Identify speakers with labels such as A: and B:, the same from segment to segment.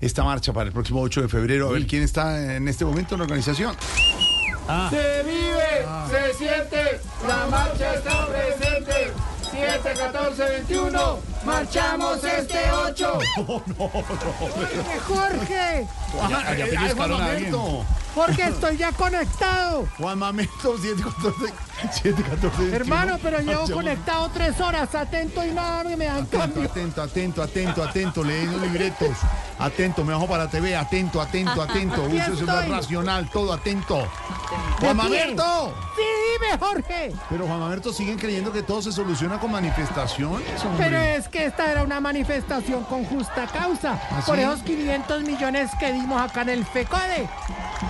A: esta marcha para el próximo 8 de febrero. A ver quién está en este momento en la organización.
B: Se vive, se siente, la marcha está presente. 7, 14, 21, marchamos este 8.
C: Jorge,
A: Ah,
D: ya
A: eh,
D: pellizcaron
A: ah, Juan
D: a alguien.
A: Mamerto.
C: Jorge, estoy ya conectado.
A: Juan Mamerto, 714. 714.
C: Hermano, pero llevo
A: Marchamos.
C: conectado tres horas, atento y nada, me dan
A: Atento,
C: cambio.
A: atento, atento, atento, atento, leí los libretos. Atento, me bajo para TV, atento, atento, atento.
C: Aquí
A: Uso celular
C: estoy.
A: racional, todo atento. Juan
C: De pie.
A: Mamerto.
C: Sí, dime, Jorge.
A: Pero Juan Mamerto siguen creyendo que todo se soluciona con manifestaciones, hombre.
C: Pero es que esta era una manifestación con justa causa.
A: ¿Ah,
C: Por
A: sí?
C: esos 500 millones que dimos acá en el FECODE.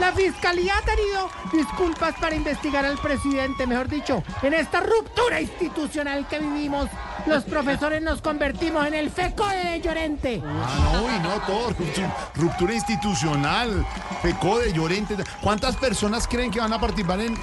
C: La fiscalía ha tenido disculpas para investigar al presidente, mejor dicho, en esta ruptura institucional que vivimos. Los profesores nos convertimos en el FECODE de Llorente.
A: Ah, no, y no todo. Ruptura, ruptura institucional. Pecó de Llorente. ¿Cuántas personas creen que van a participar en.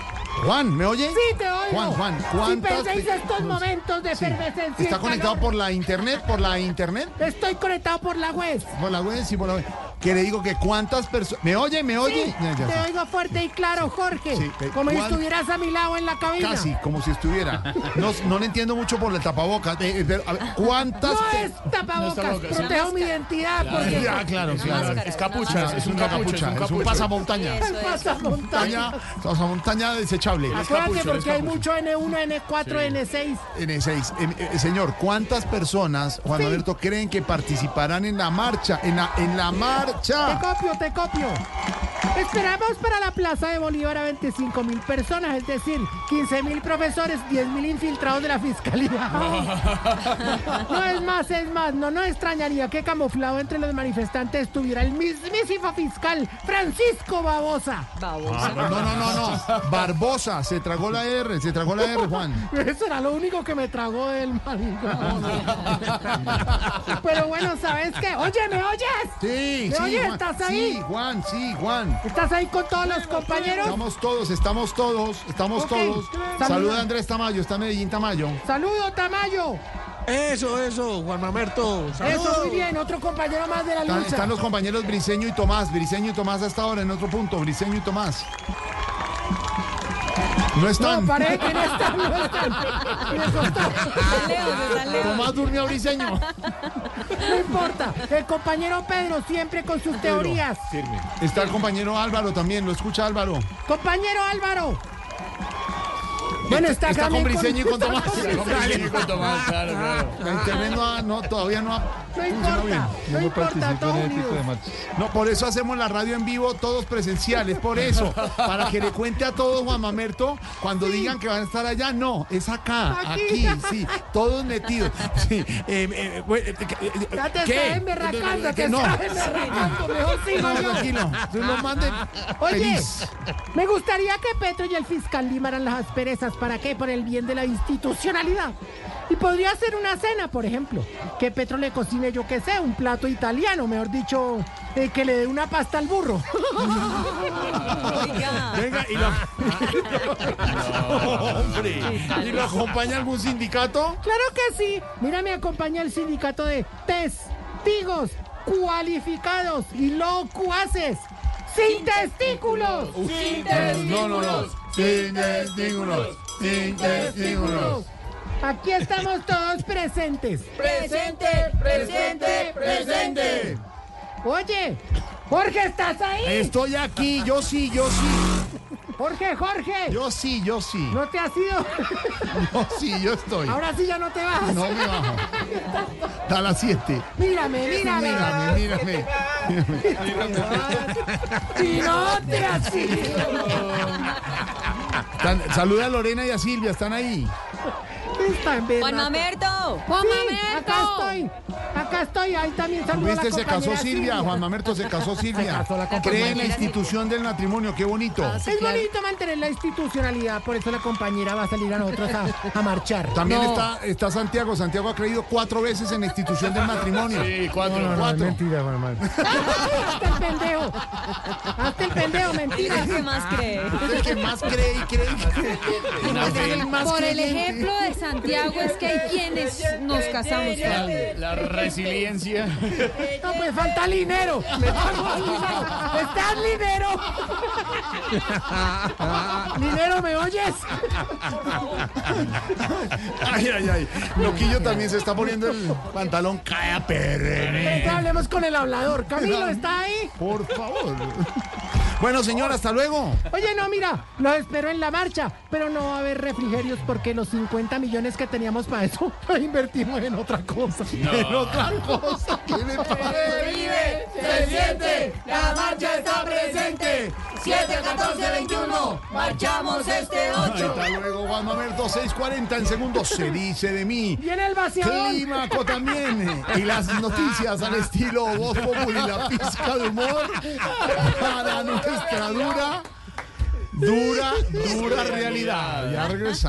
A: Juan, ¿me oye?
C: Sí, te oigo.
A: Juan, Juan,
C: Si
A: ¿cuántas.
C: pensáis
A: pe-
C: estos
A: no,
C: momentos de
A: sí.
C: efervescencia. y
A: Está
C: calor,
A: conectado por la internet, por la internet.
C: Estoy conectado por la web.
A: Por la web, sí, por la web. Que le digo que cuántas personas. ¿Me oye? ¿Me oye?
C: Sí,
A: Ya, ya,
C: te
A: sí.
C: oigo fuerte y claro, Jorge.
A: Sí, eh,
C: como si
A: ¿cuál?
C: estuvieras a mi lado en la cabina.
A: Casi, como si estuviera. No, no le entiendo mucho por el tapabocas. eh, eh, pero, a ver, ¿cuántas?
C: No
A: pe-
C: es tapabocas,
D: tapabocas, es una
C: protejo mi identidad porque
A: Ah, claro,
E: Una
A: claro.
E: máscara,
D: Es
E: una
D: capucha,
E: máscara.
D: es una capucha, es
A: es
D: un
A: un pasamontaña.
E: Eso es.
C: pasa montaña.
A: montaña, o sea, montaña desechable.
C: Acuérdate
D: capucho, es
C: porque hay
D: capucho.
C: mucho N1, N4, N6.
A: N6. Em, eh, señor, ¿cuántas personas, Juan
C: Sí.
A: Alberto, creen que participarán en la marcha? En la, en la
C: Te
A: marcha.
C: copio, te copio. Esperamos para la Plaza de Bolívar a 25 mil personas, es decir, 15 mil profesores, 10 mil infiltrados de la fiscalía. No es más, es más, no nos extrañaría que camuflado entre los manifestantes estuviera el mismísimo fiscal Francisco Babosa.
E: Babosa.
A: No, no, no, no. Barbosa, se tragó la R, se tragó la R, Juan.
C: Eso era lo único que me tragó el marico. Pero bueno, ¿sabes qué? Oye, ¿me oyes?
A: Sí,
C: ¿Me
A: sí.
C: oyes?
A: Juan.
C: ¿Estás
A: Sí,
C: ahí?
A: Juan, sí, Juan.
C: ¿Estás ahí con todos los compañeros?
A: Estamos todos, estamos todos, estamos
C: Ok.
A: todos.
C: Saluda.
A: Saluda a Andrés Tamayo, está en Medellín Tamayo.
C: Saludo, Tamayo.
F: Eso, eso, Juan Mamerto.
C: Eso, muy
F: Saludos.
C: bien. Otro compañero más de la
A: Están,
C: lucha.
A: están los compañeros Briseño y Tomás. Briseño y Tomás hasta ahora en otro punto. Briseño y Tomás. No
C: No,
A: están.
C: parece que no están, no están. Me costó.
E: Está lejos, está lejos.
A: Tomás durmió a Briseño.
C: No importa. El compañero Pedro siempre con sus teorías.
A: Está el compañero Álvaro también. Lo escucha Álvaro.
C: Ah. Compañero Álvaro. Bueno, está,
A: Este Está con
C: Gamel
A: Briseño y con
C: está
A: Tomás.
C: con
D: Hombre,
C: Briseño.
D: sigue con
E: Ah,
D: Tomás, claro, claro.
A: La internet no, ha- no, todavía no ha
C: No
A: funcionado bien.
C: importa, no importa, todos unidos.
A: No, por eso hacemos la radio en vivo, todos presenciales, por eso. Para que le cuente a todos, Juan Mamerto, cuando digan que van a estar allá, no, es acá, aquí,
C: Aquí.
A: sí, todos metidos. Sí, eh, eh, bueno, eh, eh, eh,
C: Ya te
A: ¿qué?
C: está emberracando, te
A: No.
C: está emberracando, mejor sigo
A: No,
C: yo.
A: tranquilo, tú lo manden
C: Oye,
A: feliz.
C: me gustaría que Petro y el fiscal limaran las asperezas. ¿Para qué? Por el bien de la institucionalidad. Y podría ser una cena, por ejemplo. Que Petro le cocine, yo qué sé, un plato italiano, mejor dicho, eh, que le dé una pasta al burro.
E: Oiga.
A: Venga, y lo... Hombre, ¿y lo acompaña algún sindicato?
C: Claro que sí. Mira, me acompaña el sindicato de testigos cualificados y locuaces. Sin testículos.
E: Sin
A: No, no, no.
E: testículos.
A: Sin testículos. Sin testículos.
C: Aquí estamos todos presentes.
E: Presente, presente, presente.
C: Oye, Jorge, ¿estás ahí?
A: Estoy aquí, yo sí, yo sí.
C: Jorge, Jorge.
A: Yo sí, yo sí.
C: No te has ido.
A: Yo sí, yo estoy.
C: Ahora sí ya no te vas.
A: No me bajo. Da las 7.
C: Mírame, mírame.
A: Mírame, mírame.
C: Si no te has ido.
A: Tan- saluda a Lorena y a Silvia, están ahí.
C: Está en verdad.
E: Juan Mamerto.
C: Sí, acá estoy. Acá estoy. Ahí también saludo a la
A: Viste, se casó
C: compañera
A: Silvia, Juan Mamerto se casó Silvia.
C: casó la
A: Cree
C: Ah,
A: en la
E: compañera
A: institución del matrimonio, qué bonito.
C: Es bonito mantener la institucionalidad, por eso la compañera va a salir a nosotros a, a marchar.
A: También está, está Santiago. Santiago ha creído cuatro veces en la institución del matrimonio.
D: Sí, cuatro.
A: Cuatro.
C: Hasta el pendejo. Hasta el pendejo, mentira.
E: Diga que más cree.
A: Es el que más cree y cree y cree.
E: Por el ejemplo de
G: Santiago es que hay quienes nos casamos.
D: La, la resiliencia.
C: No, pues falta dinero. Estás dinero. Dinero, ¿me oyes?
A: Ay, ay, ay. Loquillo también se está poniendo el pantalón calla perrene.
C: Venga, hablemos con el hablador. Camilo, ¿está ahí?
A: Por favor. Bueno, señor, hasta luego.
C: Oye, no, mira, los espero en la marcha, pero no va a haber refrigerios porque los 50 millones que teníamos para eso los invertimos en otra cosa.
A: En otra cosa. ¿Qué le pasa?
B: Se vive, se siente, la marcha está presente.
E: 7, 14, 21. Marchamos este 8.
A: Hasta luego, Juan Mamerto, 6.40 en segundos. Se dice de mí.
C: Y en el vaciador.
A: Clímaco también. eh, Y las noticias al estilo Voz Populi, la pizca de humor para nuestra dura, dura, dura realidad. Ya regresamos.